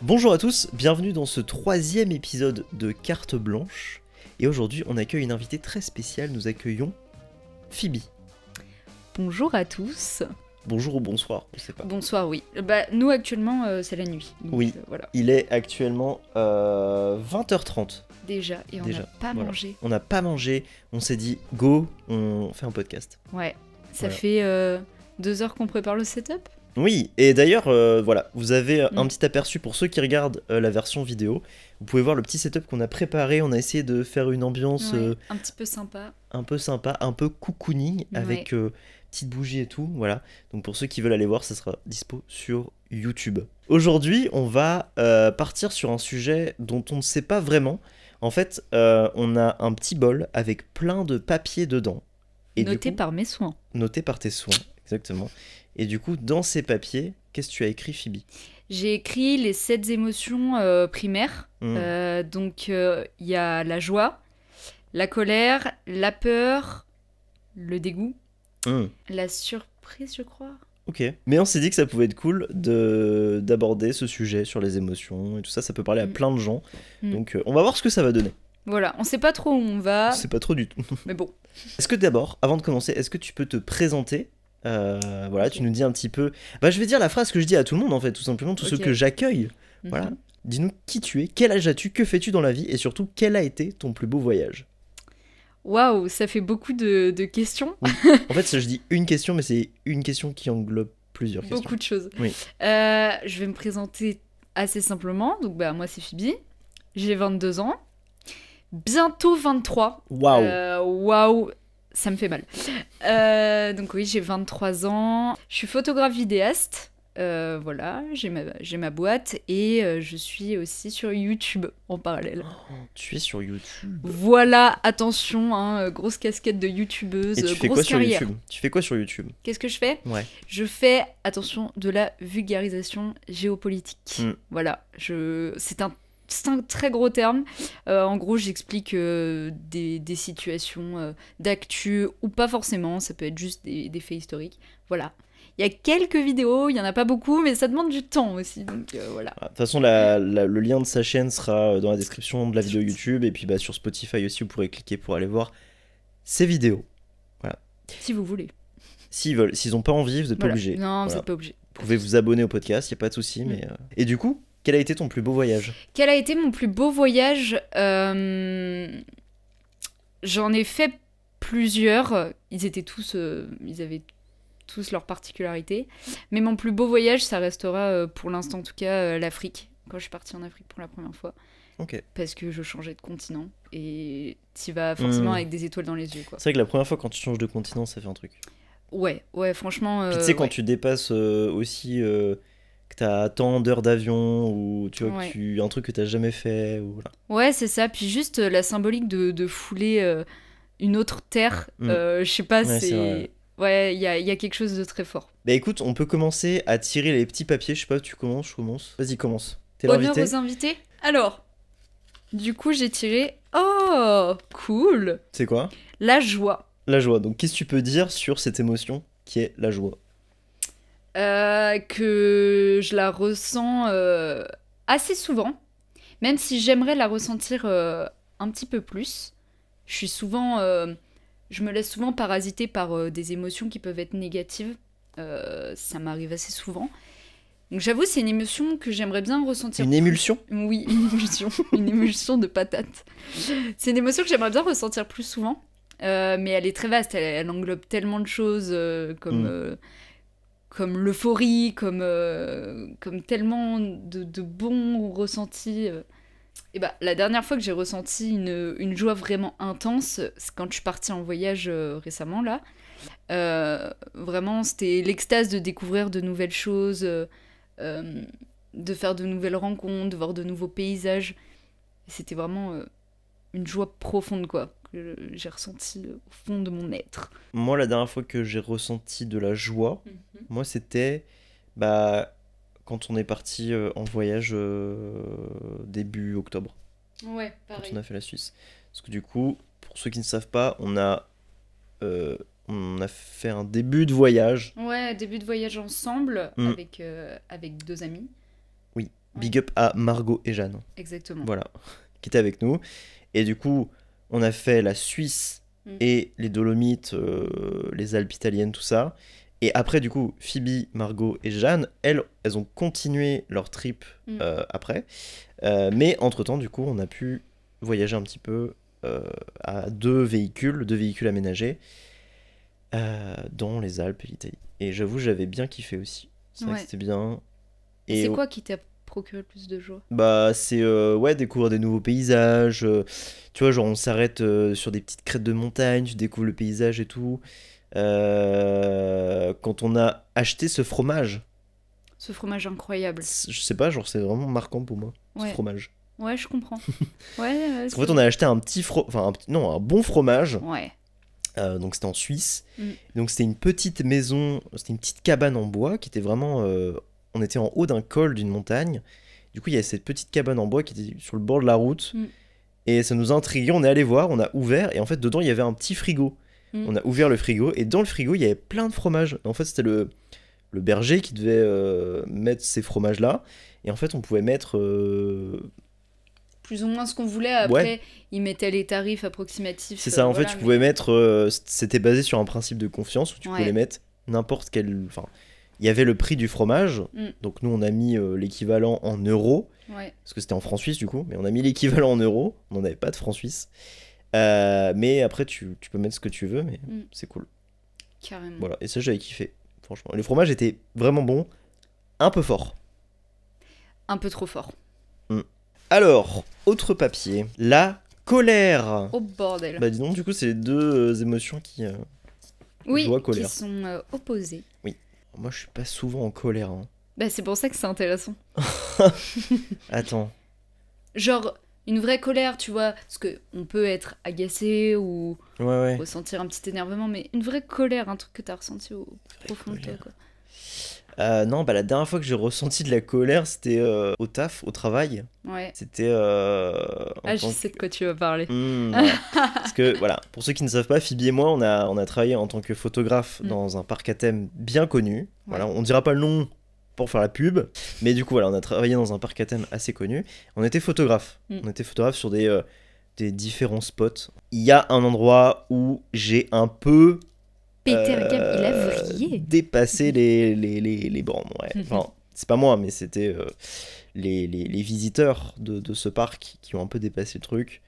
Bonjour à tous, bienvenue dans ce troisième épisode de Carte Blanche. Et aujourd'hui, on accueille une invitée très spéciale. Nous accueillons Phoebe. Bonjour à tous. Bonjour ou bonsoir, on sait pas. Bonsoir, oui. Bah, nous actuellement, euh, c'est la nuit. Donc, Oui. euh, voilà. Il est actuellement euh, 20h30. Déjà, et on Déjà, n'a pas voilà. mangé. On n'a pas mangé, on s'est dit go, on fait un podcast. Ouais. Ça Voilà. fait euh, deux heures qu'on prépare le setup. Oui, et d'ailleurs, euh, voilà, vous avez euh, un Mm. petit aperçu pour ceux qui regardent euh, la version vidéo. Vous pouvez voir le petit setup qu'on a préparé. On a essayé de faire une ambiance Ouais, euh, Un petit peu sympa. un peu sympa, un peu cocooning, Ouais. avec euh, petite bougie et tout. Voilà. Donc pour ceux qui veulent aller voir, ça sera dispo sur YouTube. Aujourd'hui, on va euh, partir sur un sujet dont on ne sait pas vraiment. En fait, euh, on a un petit bol avec plein de papier dedans. Et du noté coup- par mes soins. noté par tes soins, exactement. Et du coup, dans ces papiers, qu'est-ce que tu as écrit, Phoebe J'ai écrit les sept émotions euh, primaires. Hmm. Euh, donc, euh, il y a la joie, la colère, la peur, le dégoût, Hmm. la surprise, je crois. Ok. Mais on s'est dit que ça pouvait être cool de d'aborder ce sujet sur les émotions et tout ça. Ça peut parler à Mm. plein de gens. Mm. Donc euh, on va voir ce que ça va donner. Voilà, on sait pas trop où on va, C'est pas trop du tout. mais bon. Est-ce que d'abord, avant de commencer, est-ce que tu peux te présenter Euh, Voilà, Ok. tu nous dis un petit peu. Bah, je vais dire la phrase que je dis à tout le monde en fait, tout simplement, tous ceux Ok. que j'accueille. Voilà. Mhm. Dis-nous qui tu es, quel âge as-tu, que fais-tu dans la vie et surtout quel a été ton plus beau voyage Waouh, ça fait beaucoup de- de questions. En fait, ça, je dis une question, mais c'est une question qui englobe plusieurs questions. Beaucoup de choses. Oui. Euh, je vais me présenter assez simplement. Donc, bah, moi, c'est Phoebe. J'ai 22 ans. Bientôt 23. Waouh Euh, Waouh! Ça me fait mal. Euh, donc, oui, j'ai 23 ans. Je suis photographe vidéaste. Euh, voilà, j'ai ma, j'ai ma boîte et euh, je suis aussi sur YouTube en parallèle. Oh. Tu es sur YouTube. Voilà, attention, hein, euh, grosse casquette de youtubeuse, Et tu euh, fais grosse quoi sur carrière. YouTube Tu fais quoi sur YouTube Qu'est-ce que je fais Ouais. Je fais, attention, de la vulgarisation géopolitique. Mm. Voilà, je... c'est un, c'est un très gros terme. Euh, en gros, j'explique euh, des, des situations euh, d'actu ou pas forcément, ça peut être juste des, des faits historiques. Voilà. Il y a quelques vidéos, il y en a pas beaucoup, mais ça demande du temps aussi. Donc euh, voilà. Ah, De toute façon, la- la- le lien de sa chaîne sera euh, dans la description de la vidéo YouTube. Et puis bah, sur Spotify aussi, vous pourrez cliquer pour aller voir ses vidéos. Si vous voulez. S'ils veulent, s'ils n'ont pas envie, vous n'êtes Voilà. pas obligé. Non, Mm. vous Voilà. n'êtes pas obligé. Vous pouvez vous abonner au podcast, il a pas de souci. Mais, euh, Et du coup, quel a été ton plus beau voyage Quel a été mon plus beau voyage Euh, J'en ai fait plusieurs. Ils étaient tous, euh, ils avaient tous leurs particularités. Mais mon plus beau voyage, ça restera euh, pour l'instant en tout cas euh, l'Afrique. Quand je suis partie en Afrique pour la première fois, Ok. parce que je changeais de continent et tu vas forcément Hmm. avec des étoiles dans les yeux, quoi. C'est vrai que la première fois quand tu changes de continent, ça fait un truc. Ouais, ouais, franchement. Puis euh, tu sais, quand ouais. tu dépasses euh, aussi euh, que t'as tant d'heures d'avion ou tu vois, que Ouais. tu... un truc que t'as jamais fait. Ou... voilà. Ouais, c'est ça. Puis juste euh, la symbolique de, de fouler euh, une autre terre, Mm. euh, je sais pas, Ouais, c'est vrai. c'est. Ouais, il y a, il y a quelque chose de très fort. Bah écoute, on peut commencer à tirer les petits papiers. Je sais pas, tu commences, je commence. Vas-y, commence. T'es Honneur l'invité. aux invités. Alors, du coup, j'ai tiré. Oh, cool C'est quoi La joie. La joie. Donc qu'est-ce que tu peux dire sur cette émotion qui est la joie Euh, que je la ressens euh, assez souvent, même si j'aimerais la ressentir euh, un petit peu plus. Je suis souvent, euh, je me laisse souvent parasiter par euh, des émotions qui peuvent être négatives. Euh, ça m'arrive assez souvent. Donc j'avoue, c'est une émotion que j'aimerais bien ressentir. Une émulsion Oui, une émulsion, une émulsion de patate. C'est une émotion que j'aimerais bien ressentir plus souvent, euh, mais elle est très vaste, elle, elle englobe tellement de choses euh, comme, Mm. euh, comme l'euphorie, comme, euh, comme tellement de, de bons ressentis. euh. Et bah, la dernière fois que j'ai ressenti une, une joie vraiment intense, c'est quand je suis partie en voyage euh, récemment, là. Euh, vraiment, c'était l'extase de découvrir de nouvelles choses. euh, euh, de faire de nouvelles rencontres, de voir de nouveaux paysages. C'était vraiment euh, une joie profonde, quoi, que j'ai ressentie euh, au fond de mon être. Mm-hmm. Moi, la dernière fois que j'ai ressenti de la joie, moi c'était bah, quand on est parti euh, en voyage euh, début octobre, Ouais, quand pareil. on a fait la Suisse. Parce que du coup, pour ceux qui ne savent pas, on a, euh, on a fait un début de voyage. Ouais, début de voyage ensemble Mm. avec, euh, avec deux amis. Big up à Margot et Jeanne, Exactement. voilà, qui étaient avec nous. Et du coup, on a fait la Suisse Mm. et les Dolomites, euh, les Alpes italiennes, tout ça. Et après, du coup, Phoebe, Margot et Jeanne, elles, elles ont continué leur trip Mm. euh, après. Euh, mais entre-temps, du coup, on a pu voyager un petit peu euh, à deux véhicules, deux véhicules aménagés, euh, dans les Alpes et l'Italie. Et j'avoue, j'avais bien kiffé aussi. C'est vrai Ouais. que c'était bien. Et c'est au- quoi qui t'a procuré le plus de joie bah, c'est euh, ouais, découvrir des nouveaux paysages. euh, tu vois, genre, on s'arrête euh, sur des petites crêtes de montagne, tu découvres le paysage et tout. Euh, quand on a acheté ce fromage, Ce fromage incroyable. c- je sais pas, genre, c'est vraiment marquant pour moi, ce Ouais. fromage. Ouais, je comprends. ouais, ouais, Parce qu'en fait, on a acheté un petit fro- enfin, un petit- non, un bon fromage. Ouais. euh, donc, c'était en Suisse. Mm. Donc, c'était une petite maison, c'était une petite cabane en bois qui était vraiment. euh, on était en haut d'un col d'une montagne. Du coup, il y a cette petite cabane en bois qui était sur le bord de la route. Mm. Et ça nous a intrigués. On est allé voir, on a ouvert. Et en fait, dedans, il y avait un petit frigo. Mm. On a ouvert le frigo. Et dans le frigo, il y avait plein de fromages. En fait, c'était le, le berger qui devait euh, mettre ces fromages-là. Et en fait, on pouvait mettre. euh, Plus ou moins ce qu'on voulait. Après, ils mettaient les tarifs approximatifs. C'est euh, ça, en voilà, fait, tu mais- pouvais mettre. euh, C'était basé sur un principe de confiance où tu pouvais Ouais. les mettre n'importe quel. Enfin, il y avait le prix du fromage. Mm. Donc, nous, on a mis euh, l'équivalent en euros. Ouais. Parce que c'était en francs suisses, du coup. Mais on a mis l'équivalent en euros. On n'en avait pas de francs suisses. Euh, mais après, tu, tu peux mettre ce que tu veux, mais Mm. c'est cool. Carrément. Voilà. Et ça, j'avais kiffé, franchement. Le fromage était vraiment bon. Un peu fort. Un peu trop fort. Alors, autre papier. La colère. Oh bordel. Bah, dis donc, du coup, c'est les deux euh, émotions qui. euh, oui, joie, colère. qui sont euh, opposés. Moi, je suis pas souvent en colère. hein. Bah, c'est pour ça que c'est intéressant. Attends. Genre, une vraie colère, tu vois, parce que on peut être agacé ou Ouais, ouais. ressentir un petit énervement, mais une vraie colère, un truc que t'as ressenti au profond de toi, colère. quoi. Euh, non, bah la dernière fois que j'ai ressenti de la colère, c'était euh, au taf, au travail. Ouais. C'était. euh, en Ah, je tant sais de quoi tu vas parler. que- Hmm, ouais. Parce que voilà, pour ceux qui ne savent pas, Phoebe et moi, on a, on a travaillé en tant que photographe Mm. dans un parc à thème bien connu. Voilà, on dira pas le nom pour faire la pub, mais du coup, voilà, on a travaillé dans un parc à thème assez connu. On était photographe. Mm. On était photographe sur des, euh, des différents spots. Il y a un endroit où j'ai un peu Péter un câble, il a euh, vrillé. Dépasser les, les, les, les bornes, ouais. Enfin, c'est pas moi, mais c'était euh, les, les, les visiteurs de, de ce parc qui ont un peu dépassé le truc.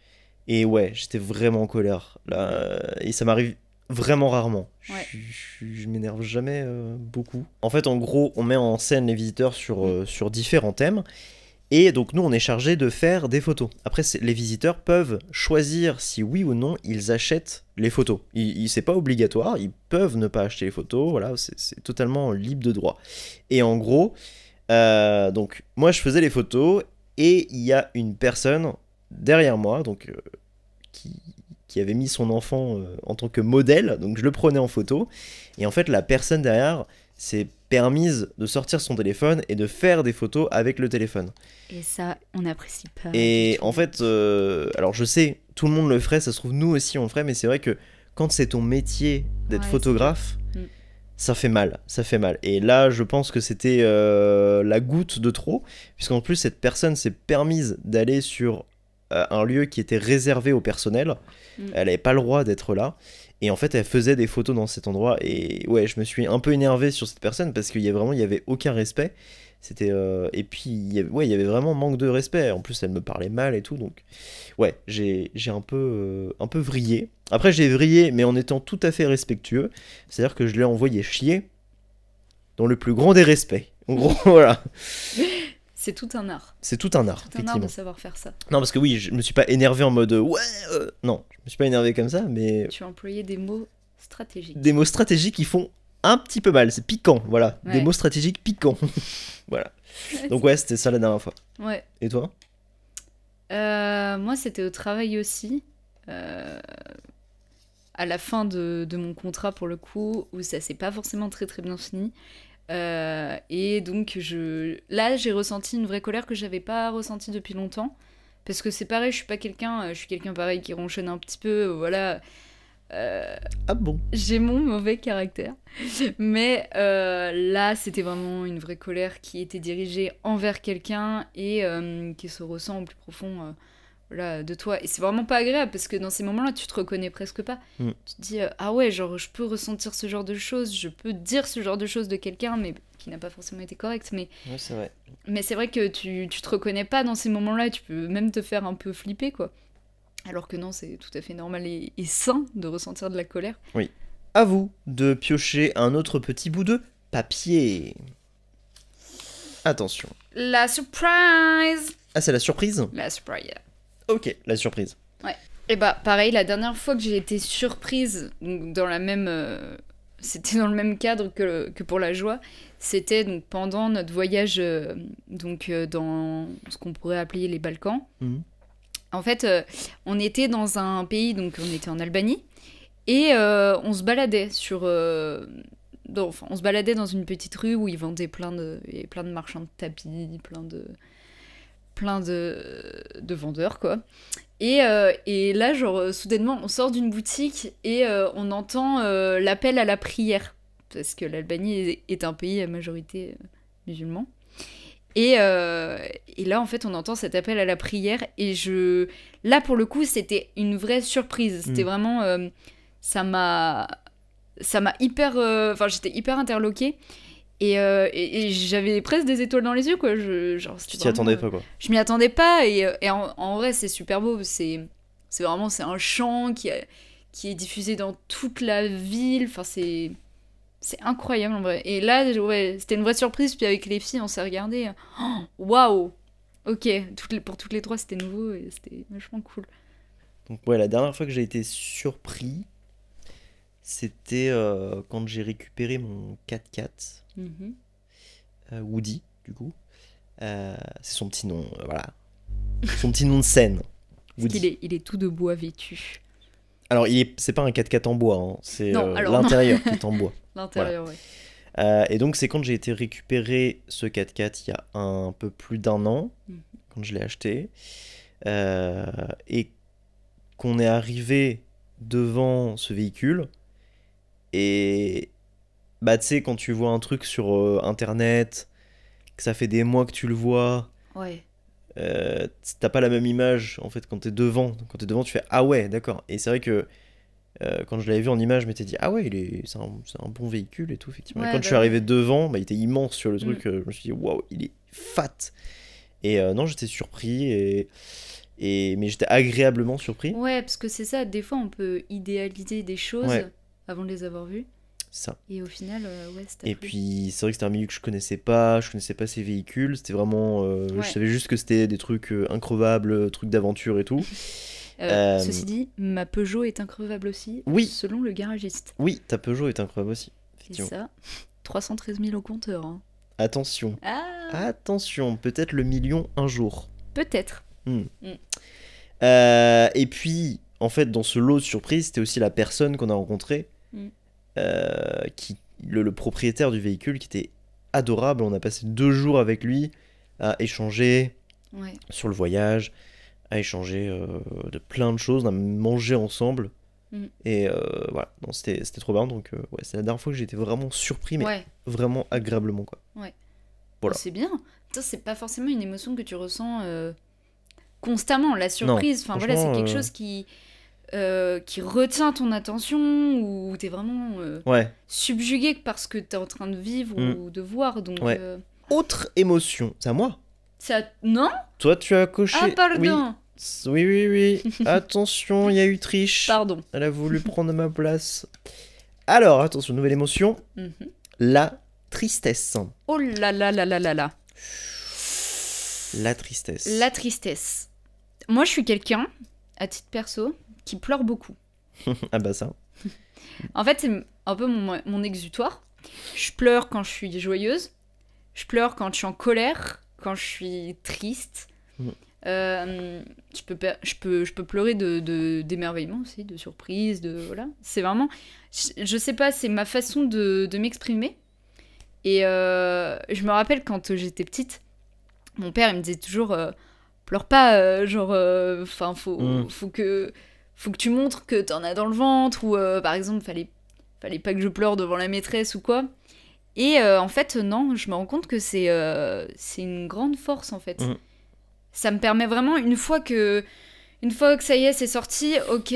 Et ouais, j'étais vraiment en colère. Là, euh, et ça m'arrive vraiment rarement. Je- Ouais. Je, je m'énerve jamais euh, beaucoup. En fait, en gros, on met en scène les visiteurs sur, euh, sur différents thèmes. Et donc nous, on est chargé de faire des photos. Après, c'est- les visiteurs peuvent choisir si oui ou non ils achètent les photos. Il il- c'est pas obligatoire, ils peuvent ne pas acheter les photos, voilà, c'est- c'est totalement libre de droit. Et en gros, euh, donc moi je faisais les photos et il y a une personne derrière moi, donc euh, qui, qui avait mis son enfant euh, en tant que modèle, donc je le prenais en photo. Et en fait, la personne derrière s'est permise de sortir son téléphone et de faire des photos avec le téléphone. Et ça, on n'apprécie pas. Et en fait, euh, alors je sais, tout le monde le ferait, ça se trouve, nous aussi on le ferait, mais c'est vrai que quand c'est ton métier d'être Ouais, photographe, c'est vrai. Mm. ça fait mal, ça fait mal. Et là, je pense que c'était euh, la goutte de trop, puisqu'en plus, cette personne s'est permise d'aller sur euh, un lieu qui était réservé au personnel. Mm. Elle n'avait pas le droit d'être là. Et en fait, elle faisait des photos dans cet endroit. Et ouais, je me suis un peu énervé sur cette personne parce qu'il y a vraiment, il y avait aucun respect. C'était euh, et puis il y avait, ouais, il y avait vraiment manque de respect. En plus, elle me parlait mal et tout, donc ouais, j'ai j'ai un peu euh, un peu vrillé. Après, j'ai vrillé, mais en étant tout à fait respectueux, c'est-à-dire que je l'ai envoyé chier dans le plus grand des respects. En gros, voilà, C'est tout un art. c'est tout un art, Tout un effectivement. art de savoir faire ça. Non, parce que oui, je me suis pas énervé en mode euh, ouais, euh, non, je me suis pas énervé comme ça, mais Tu as employé des mots stratégiques. des mots stratégiques qui font un petit peu mal, c'est piquant, voilà, des Ouais. mots stratégiques piquants. Donc ouais, c'était ça la dernière fois. Ouais. Et toi Euh, moi, c'était au travail aussi. Euh, à la fin de, de mon contrat, pour le coup, où ça s'est pas forcément très très bien fini. Euh, et donc, je... là, j'ai ressenti une vraie colère que j'avais pas ressentie depuis longtemps. Parce que c'est pareil, je suis pas quelqu'un, euh, je suis quelqu'un pareil qui ronchonne un petit peu, voilà. Euh, Ah bon j'ai mon mauvais caractère. Mais euh, là, c'était vraiment une vraie colère qui était dirigée envers quelqu'un et euh, qui se ressent au plus profond euh, voilà, de toi. Et c'est vraiment pas agréable parce que dans ces moments-là, tu te reconnais presque pas. Mm. Tu te dis, euh, ah ouais, genre, je peux ressentir ce genre de choses, je peux dire ce genre de choses de quelqu'un, mais qui n'a pas forcément été correct. Mais, Ouais, c'est vrai. mais c'est vrai que tu, tu te reconnais pas dans ces moments-là et tu peux même te faire un peu flipper, quoi. Alors que non, c'est tout à fait normal et- et sain de ressentir de la colère. À vous de piocher un autre petit bout de papier. Attention. La surprise Ah, c'est la surprise La surprise. Ok, la surprise. Et bah pareil, la dernière fois que j'ai été surprise, donc dans la même... euh, c'était dans le même cadre que, que pour la joie, c'était donc pendant notre voyage euh, donc euh, dans ce qu'on pourrait appeler les Balkans. Mhm. En fait, euh, on était dans un pays, donc on était en Albanie, et euh, on se baladait sur... euh, dans- enfin, on se baladait dans une petite rue où ils vendaient plein de, il y avait plein de marchands de tapis, plein de, plein de, de vendeurs, quoi. Et, euh, et là, genre, euh, soudainement, on sort d'une boutique et euh, on entend euh, l'appel à la prière. Parce que l'Albanie est- est un pays à majorité euh, musulman. Et, euh, et là, en fait, on entend cet appel à la prière. Et je. Là, pour le coup, c'était une vraie surprise. C'était Mm. vraiment. euh, ça m'a. Ça m'a hyper. euh, Enfin, j'étais hyper interloquée. Et, euh, et- et j'avais presque des étoiles dans les yeux, quoi. Je, genre, Tu c'était t'y vraiment, euh, attendais pas, quoi. je m'y attendais pas et, et en, en vrai c'est super beau c'est c'est vraiment c'est un chant qui est qui est diffusé dans toute la ville enfin c'est c'est incroyable en vrai et là ouais, c'était une vraie surprise puis avec les filles on s'est regardé Oh, waouh ok toutes les- pour toutes les trois c'était nouveau et c'était vachement cool Donc ouais, la dernière fois que j'ai été surpris, c'était euh, quand j'ai récupéré mon 4x4 Mhm. euh, Woody, du coup. Euh, c'est son petit nom, euh, voilà. Son petit nom de scène. Parce qu'il Woody. est, il est tout de bois vêtu Alors, il est... c'est pas un 4x4 en bois, hein, c'est Non, euh, alors non. l'intérieur qui est en bois. l'intérieur ouais Euh, et donc, c'est quand j'ai été récupérer ce 4x4 il y a un peu plus d'un an, Mhm. quand je l'ai acheté, euh, et qu'on est arrivé devant ce véhicule. Et bah, tu sais, quand tu vois un truc sur euh, internet, que ça fait des mois que tu le vois, ouais euh, t'as pas la même image en fait quand t'es devant. Quand t'es devant, tu fais ah ouais, d'accord. Et c'est vrai que euh, quand je l'avais vu en image, je m'étais dit ah ouais, il est, c'est un, c'est un bon véhicule et tout effectivement. Et Ouais, quand bah je suis ouais. Mm. arrivé devant, bah, il était immense sur le truc. euh, je me suis dit waouh, il est fat. Et euh, non, j'étais surpris et, et mais j'étais agréablement surpris. ouais parce que c'est ça des fois on peut idéaliser des choses Ouais. avant de les avoir vues Ça. et au final euh, ouais c'était Et puis c'est vrai que c'était un milieu que je connaissais pas, je connaissais pas ces véhicules, c'était vraiment, euh, Ouais. je savais juste que c'était des trucs euh, increvables, trucs d'aventure et tout. Euh, Euh, Ceci dit, ma Peugeot est increvable aussi, Oui. selon le garagiste. Oui, ta Peugeot est incroyable aussi. Et effectivement. ça, 313 000 au compteur. hein. Attention, Ah, attention, peut-être le million un jour. peut-être. Euh, et puis, en fait, dans ce lot de surprises, c'était aussi la personne qu'on a rencontrée, Mm. euh, qui, le, le propriétaire du véhicule, qui était adorable. On a passé deux jours avec lui à échanger Ouais. sur le voyage, à échanger euh, de plein de choses, on a mangé ensemble. Mm. Et euh, voilà, Non, c'était c'était trop bien. Donc, euh, ouais, c'est la dernière fois que j'ai été vraiment surpris, mais ouais. vraiment agréablement, quoi. Voilà. C'est bien. Ça, c'est pas forcément une émotion que tu ressens euh, constamment. La surprise, enfin voilà, c'est franchement, quelque euh, chose qui euh, qui retient ton attention ou t'es vraiment euh, Ouais. subjugué par ce que t'es en train de vivre Mm. ou de voir. Donc Ouais. euh, Autre émotion, c'est à moi. ça, non Toi, tu as coché. Ah Oui, pardon, Oui, oui, oui. Attention, il y a eu triche. pardon. Elle a voulu prendre ma place. Alors, attention, nouvelle émotion. Mhm. La tristesse. Oh là là là là là là. La tristesse. La tristesse. Moi, je suis quelqu'un, à titre perso, qui pleure beaucoup. Ah bah ça. En fait, c'est un peu mon, mon exutoire. Je pleure quand je suis joyeuse. Je pleure quand je suis en colère, quand je suis triste. Mm. Euh, je, peux, per- je, peux, je peux pleurer de- de- d'émerveillement aussi, de surprise, de voilà. C'est vraiment, je, je sais pas, c'est ma façon de, de m'exprimer Et euh, je me rappelle quand j'étais petite, mon père il me disait toujours euh, pleure pas, euh, genre, enfin faut, Mm. faut que faut que tu montres que t'en as dans le ventre ou euh, par exemple fallait fallait pas que je pleure devant la maîtresse ou quoi. Et euh, en fait non, je me rends compte que c'est euh, c'est une grande force en fait. Mm. Ça me permet vraiment une fois que une fois que ça y est c'est sorti, ok,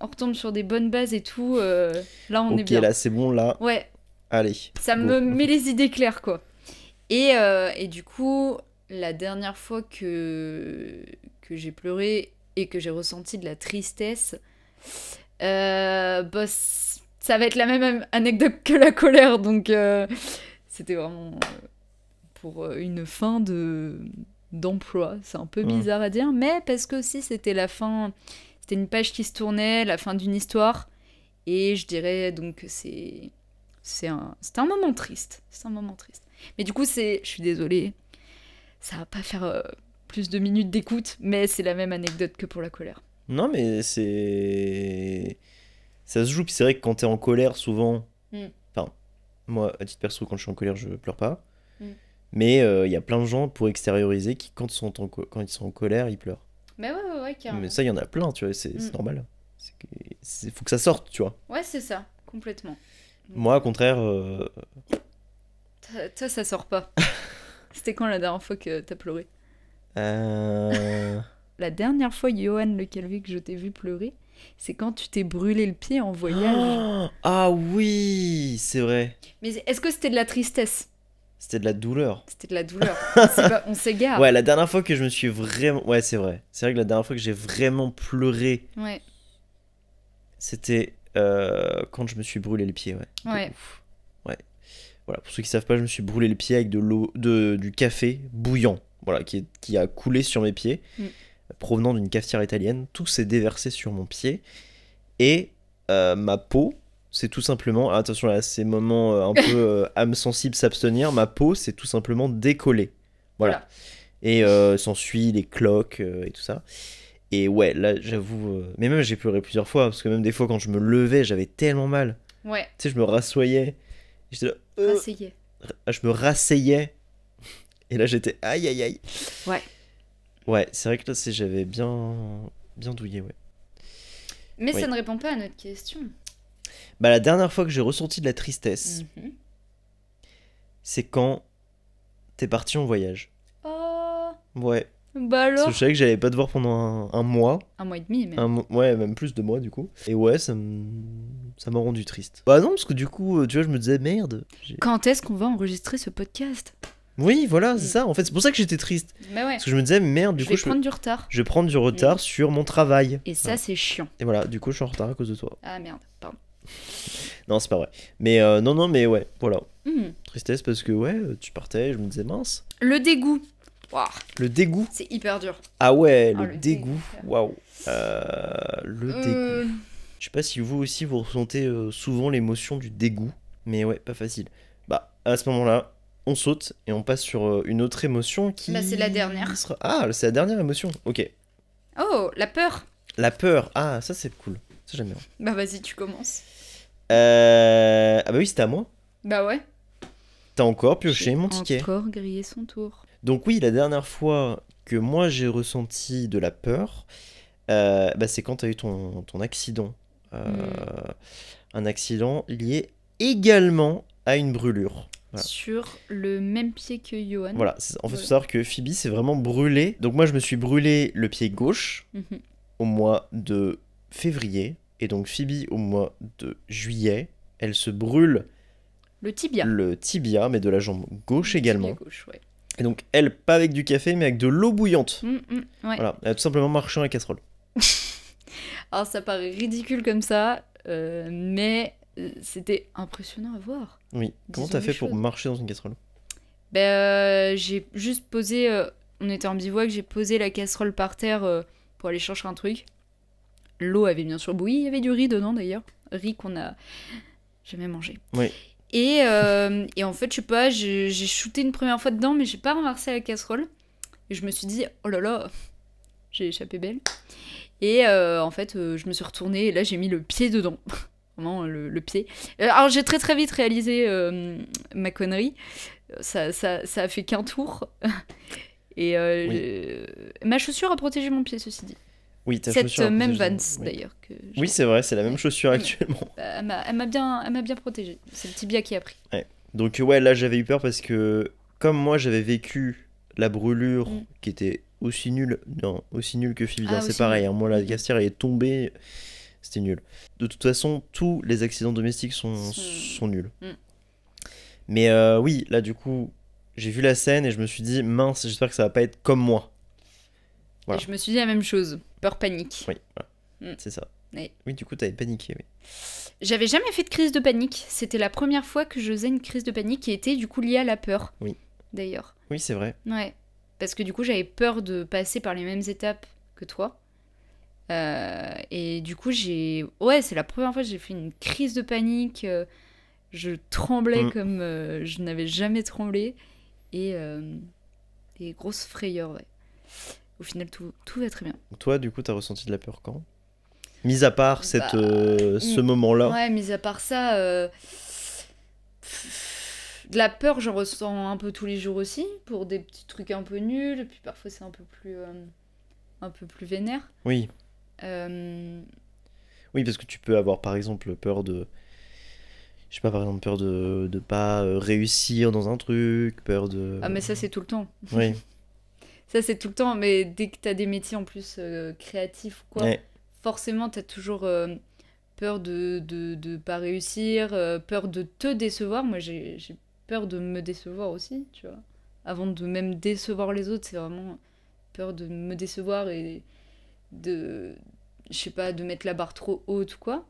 on retombe sur des bonnes bases et tout. euh, là on est Ok, bien. là, c'est bon, là. Ouais, Allez. ça Go. me met les idées claires, quoi. Et, euh, et du coup, la dernière fois que, que j'ai pleuré et que j'ai ressenti de la tristesse, euh, bah, c- ça va être la même am- anecdote que la colère. Donc, euh, c'était vraiment euh, pour euh, une fin de d'emploi. C'est un peu Mm. bizarre à dire, mais parce que aussi, c'était la fin. C'était une page qui se tournait, la fin d'une histoire. Et je dirais donc que c'est c'est un, c'était un moment triste. C'est un moment triste. Mais du coup, c'est, je suis désolée, ça va pas faire euh, plus de minutes d'écoute, mais c'est la même anecdote que pour la colère. Non, mais c'est. Ça se joue. Puis c'est vrai que quand t'es en colère, souvent. Mm. Enfin, moi, à titre perso, quand je suis en colère, je pleure pas. Mm. Mais euh, il y a plein de gens pour extérioriser qui, quand, sont en co- quand ils sont en colère, ils pleurent. Mais ouais, ouais, ouais, carrément. Mais ça, il y en a plein, tu vois, c'est c'est Mm. normal. C'est que- c'est- faut que ça sorte, tu vois. Ouais, c'est ça, complètement. Moi, au contraire, euh, Toi- Toi, ça sort pas. C'était quand la dernière fois que t'as pleuré euh, La dernière fois, Johan Le Calvi, que je t'ai vu pleurer, c'est quand tu t'es brûlé le pied en voyage. oh, ah oui, c'est vrai. Mais est-ce que c'était de la tristesse C'était de la douleur. C'était de la douleur. C'est pas- On s'égare. Ouais, la dernière fois que je me suis vraiment. Ouais, c'est vrai. C'est vrai que la dernière fois que j'ai vraiment pleuré, Ouais. c'était euh, quand je me suis brûlé le pied, ouais. De Ouais. ouf. Ouais. Voilà, pour ceux qui savent pas, je me suis brûlé le pied avec de l'eau, de, du café bouillant, voilà, qui, est- qui a coulé sur mes pieds, Mm. provenant d'une cafetière italienne. Tout s'est déversé sur mon pied et euh, ma peau. C'est tout simplement, ah, attention à ces moments euh, un peu euh, âme sensible s'abstenir, ma peau c'est tout simplement décollée. Voilà. Voilà. Et euh, s'ensuit les cloques euh, et tout ça. Et ouais, là j'avoue, euh, mais même j'ai pleuré plusieurs fois parce que même des fois quand je me levais, j'avais tellement mal. Ouais. Tu sais, je me rassoyais. J'étais là, euh, Rasseyez. je me rasseyais. Et là, j'étais aïe aïe aïe. Ouais. Ouais, c'est vrai que là, c'est- j'avais bien, bien douillé, ouais. Mais Oui. ça ne répond pas à notre question. Bah, la dernière fois que j'ai ressenti de la tristesse, Mhm. c'est quand t'es parti en voyage. Oh, Ouais. bah Parce alors Mm. que je savais que j'allais pas te voir pendant un, un mois. Un mois et demi, même. Un mois- ouais, même plus de mois, du coup. Et ouais, ça me- ça m'a rendu triste. Bah non, parce que du coup, euh, tu vois, je me disais merde. j'ai- Quand est-ce qu'on va enregistrer ce podcast Oui, voilà, Mm. c'est ça. En fait, c'est pour ça que j'étais triste. Mais ouais, Parce que je me disais merde, du je coup, vais je peux- prendre Mm. du retard. je vais prendre du retard sur mon travail. Et ça, c'est chiant. Et voilà, du coup, je suis en retard à cause de toi. Ah merde, pardon. Non, c'est pas vrai. Mais euh, non, non, mais ouais, voilà. Hmm. Tristesse parce que ouais, euh, tu partais, je me disais mince. Le dégoût. Ouah, Le dégoût. c'est hyper dur. Ah ouais, le, Ah, le dégoût. dégoût. Waouh. Euh, le dégoût. Euh, Je sais pas si vous aussi vous ressentez euh, souvent l'émotion du dégoût, mais ouais, pas facile. Bah, à ce moment-là, on saute et on passe sur euh, une autre émotion qui. Bah, c'est la dernière. sera- Ah, c'est la dernière émotion. Ok. Oh, la peur. La peur. Ah, ça c'est cool. Ça j'aime bien. Bah vas-y, tu commences. Euh... Ah bah oui, c'était à moi. Bah ouais. T'as encore pioché mon J'ai ticket. Encore grillé son tour. Donc oui, la dernière fois que moi j'ai ressenti de la peur, euh, bah, c'est quand tu as eu ton, ton accident. Euh, Un accident lié également à une brûlure. Voilà. Sur le même pied que Johan. Voilà, c'est- en fait, il Voilà. faut savoir que Phoebe s'est vraiment brûlée. Donc moi, je me suis brûlé le pied gauche Mhm. au mois de février. Et donc Phoebe au mois de juillet. Elle se brûle Le tibia. le tibia, mais de la jambe gauche Le également. tibia gauche, ouais. Et donc elle, pas avec du café, mais avec de l'eau bouillante. Hmm, hmm, ouais. Voilà, elle a tout simplement marché dans la casserole. Alors Ah, ça paraît ridicule comme ça, euh, mais euh, c'était impressionnant à voir. Oui. Comment Disons t'as les fait pour choses. marcher dans une casserole Ben, euh, j'ai juste posé, euh, on était en bivouac, j'ai posé la casserole par terre euh, pour aller chercher un truc. L'eau avait bien sûr bouilli, il y avait du riz dedans d'ailleurs, riz qu'on a jamais mangé. Oui. Et, euh, et en fait, je sais pas, j'ai j'ai shooté une première fois dedans, mais j'ai pas renversé la casserole. Et je me suis dit, oh là là, j'ai échappé belle. Et euh, en fait, euh, je me suis retournée et là, j'ai mis le pied dedans. vraiment le, le pied. Euh, Alors j'ai très très vite réalisé euh, ma connerie. Ça, ça, ça a fait qu'un tour. Et euh, Oui. j'ai- ma chaussure a protégé mon pied, ceci dit. Oui, ta Cette chaussure. euh, même protège- Vans oui. d'ailleurs. que j'ai- Oui, c'est vrai, c'est la même chaussure Oui. actuellement. Bah, Elle m'a elle m'a bien, elle m'a bien protégée. C'est le tibia qui a pris. Donc euh, ouais, là j'avais eu peur parce que comme moi j'avais vécu la brûlure Mm. qui était aussi nulle, non, aussi nulle que Phoebe, Ah, hein, c'est aussi pareil, hein, moi la Mm. gastière elle est tombée, c'était nul. De toute façon, tous les accidents domestiques sont, Sont- sont nuls. Mm. Mais euh, oui, là du coup, j'ai vu la scène et je me suis dit, mince, j'espère que ça va pas être comme moi. Voilà. Et je me suis dit la même chose. Peur panique. Oui, voilà, Mm. c'est ça. Oui. Oui, du coup, t'avais paniqué, oui. J'avais jamais fait de crise de panique. C'était la première fois que je faisais une crise de panique qui était du coup liée à la peur. Oui. D'ailleurs. Oui, c'est vrai. Ouais. Parce que du coup, j'avais peur de passer par les mêmes étapes que toi. Euh, et du coup, j'ai. Ouais, c'est la première fois que j'ai fait une crise de panique. euh, Je tremblais Mm. comme euh, je n'avais jamais tremblé. Et. euh, et grosse frayeur, ouais. Au final, tout, tout va très bien. Toi, du coup, t'as ressenti de la peur quand Mis à part cette, Bah, euh, ce mm. moment-là. Ouais, mais à part ça, euh, de la peur, j'en ressens un peu tous les jours aussi, pour des petits trucs un peu nuls, et puis parfois c'est un peu plus, euh, un peu plus vénère. Oui. Euh, Oui, parce que tu peux avoir par exemple peur de. Je sais pas, par exemple, peur de ne pas euh, réussir dans un truc, peur de. Ah, mais ça c'est tout le temps. Oui, Ça c'est tout le temps, mais dès que t'as des métiers en plus euh, créatifs ou quoi, ouais, forcément t'as toujours euh, peur de, de, de pas réussir, euh, peur de te décevoir. Moi j'ai j'ai peur de me décevoir aussi, tu vois. Avant de même décevoir les autres, c'est vraiment peur de me décevoir et de, je sais pas, de mettre la barre trop haute ou quoi.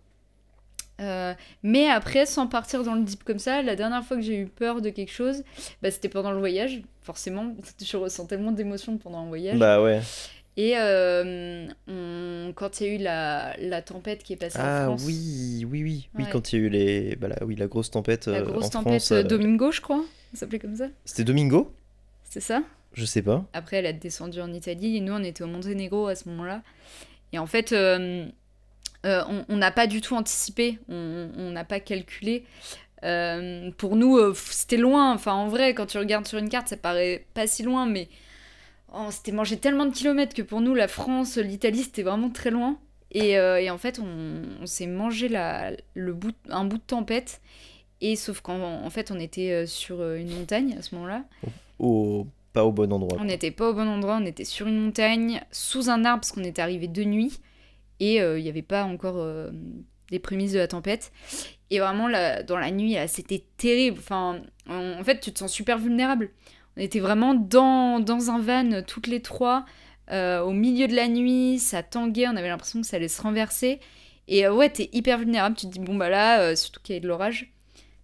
Euh, mais après, sans partir dans le deep comme ça, la dernière fois que j'ai eu peur de quelque chose, bah, c'était pendant le voyage. Forcément, je ressens tellement d'émotions pendant un voyage. Bah ouais. Et euh, on- quand il y a eu la, la tempête qui est passée en Ah France, oui, oui, oui. Oui, Ouais. quand il y a eu les. Bah là, oui, la grosse tempête la euh, grosse en tempête France. euh, euh, Domingo, je crois, ça s'appelait comme ça, C'était Domingo? c'est ça Je sais pas. Après, elle a descendu en Italie et nous, on était au Monténégro à ce moment-là. Et en fait, euh, euh, on- on n'a pas du tout anticipé, on on n'a pas calculé. Euh, pour nous, euh, pff, c'était loin. Enfin, en vrai, quand tu regardes sur une carte, ça paraît pas si loin, mais oh, on s'était mangé tellement de kilomètres que pour nous, la France, l'Italie, c'était vraiment très loin. Et, euh, et en fait, on, on s'est mangé la, le bout, un bout de tempête. Et sauf qu'en en fait, on était euh, sur euh, une montagne à ce moment-là. Au... Pas au bon endroit. On quoi. n'était pas au bon endroit, on était sur une montagne, sous un arbre, parce qu'on était arrivé de nuit, et euh, il n'y avait pas encore euh, les prémices de la tempête. Et vraiment, la- dans la nuit, là, c'était terrible. Enfin, en, en fait, tu te sens super vulnérable. On était vraiment dans, dans un van, toutes les trois, euh, au milieu de la nuit, ça tanguait, on avait l'impression que ça allait se renverser. Et euh, ouais, t'es hyper vulnérable, tu te dis, bon bah là, euh, surtout qu'il y a de l'orage,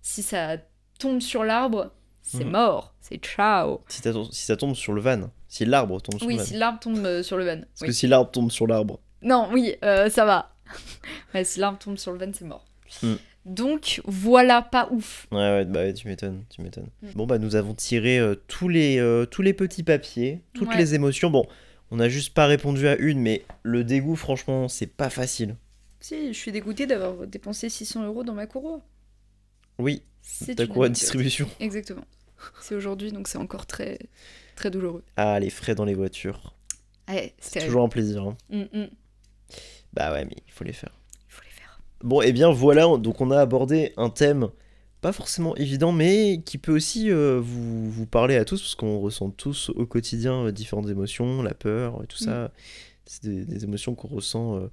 si ça tombe sur l'arbre, c'est Mhm. mort, c'est ciao. Si, t'as- si ça tombe sur le van, si l'arbre tombe sur Oui, le van. si l'arbre tombe euh, sur le van. Parce oui. que si l'arbre tombe sur l'arbre. Non, oui, euh, ça va. Ouais, si l'arbre tombe sur le van, c'est mort. Mm. Donc, voilà, pas ouf. Ouais, ouais, bah ouais, tu m'étonnes, tu m'étonnes. Mm. Bon, bah nous avons tiré euh, tous, les, euh, tous les petits papiers, toutes Ouais. les émotions. Bon, on n'a juste pas répondu à une, mais le dégoût, franchement, c'est pas facile. Si, je suis dégoûtée d'avoir dépensé 600 euros dans ma courroie. Oui, C'est t'as une quoi à anecdote. distribution Exactement. C'est aujourd'hui, donc c'est encore très, très douloureux. Ah, les frais dans les voitures. Ah, Ouais, C'est c'était... toujours un plaisir. hein. Mm, mm. Il Bah ouais, mais il faut les faire. faut les faire. Bon, et bien voilà, on- donc on a abordé un thème pas forcément évident, mais qui peut aussi euh, vous, vous parler à tous, parce qu'on ressent tous au quotidien euh, différentes émotions, la peur, et tout Mm. ça. C'est des, des émotions qu'on ressent euh,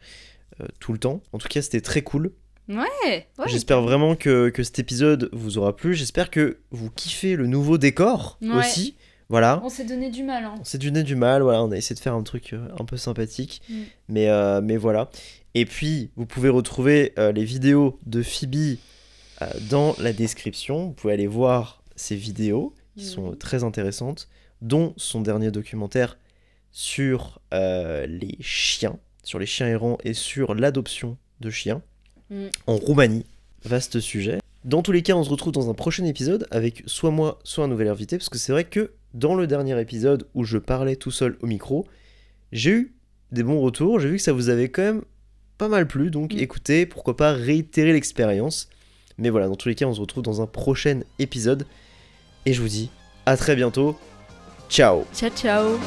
euh, tout le temps. En tout cas, c'était très cool. Ouais, Eh, ouais. J'espère vraiment que, que cet épisode vous aura plu. J'espère que vous kiffez le nouveau décor Ouais. aussi. Voilà. On s'est donné du mal, hein. On s'est donné du mal, voilà, on a essayé de faire un truc euh, un peu sympathique, Mm. mais, euh, mais voilà. Et puis, vous pouvez retrouver euh, les vidéos de Phoebe euh, dans la description. Vous pouvez aller voir ses vidéos, qui sont Oui. très intéressantes, dont son dernier documentaire sur euh, les chiens, sur les chiens errants et sur l'adoption de chiens Mm. en Roumanie. Vaste sujet. Dans tous les cas, on se retrouve dans un prochain épisode avec soit moi, soit un nouvel invité, parce que c'est vrai que dans le dernier épisode où je parlais tout seul au micro, j'ai eu des bons retours, j'ai vu que ça vous avait quand même pas mal plu, donc Mm. écoutez, pourquoi pas réitérer l'expérience. Mais voilà, dans tous les cas, on se retrouve dans un prochain épisode. Et je vous dis à très bientôt. Ciao Ciao, ciao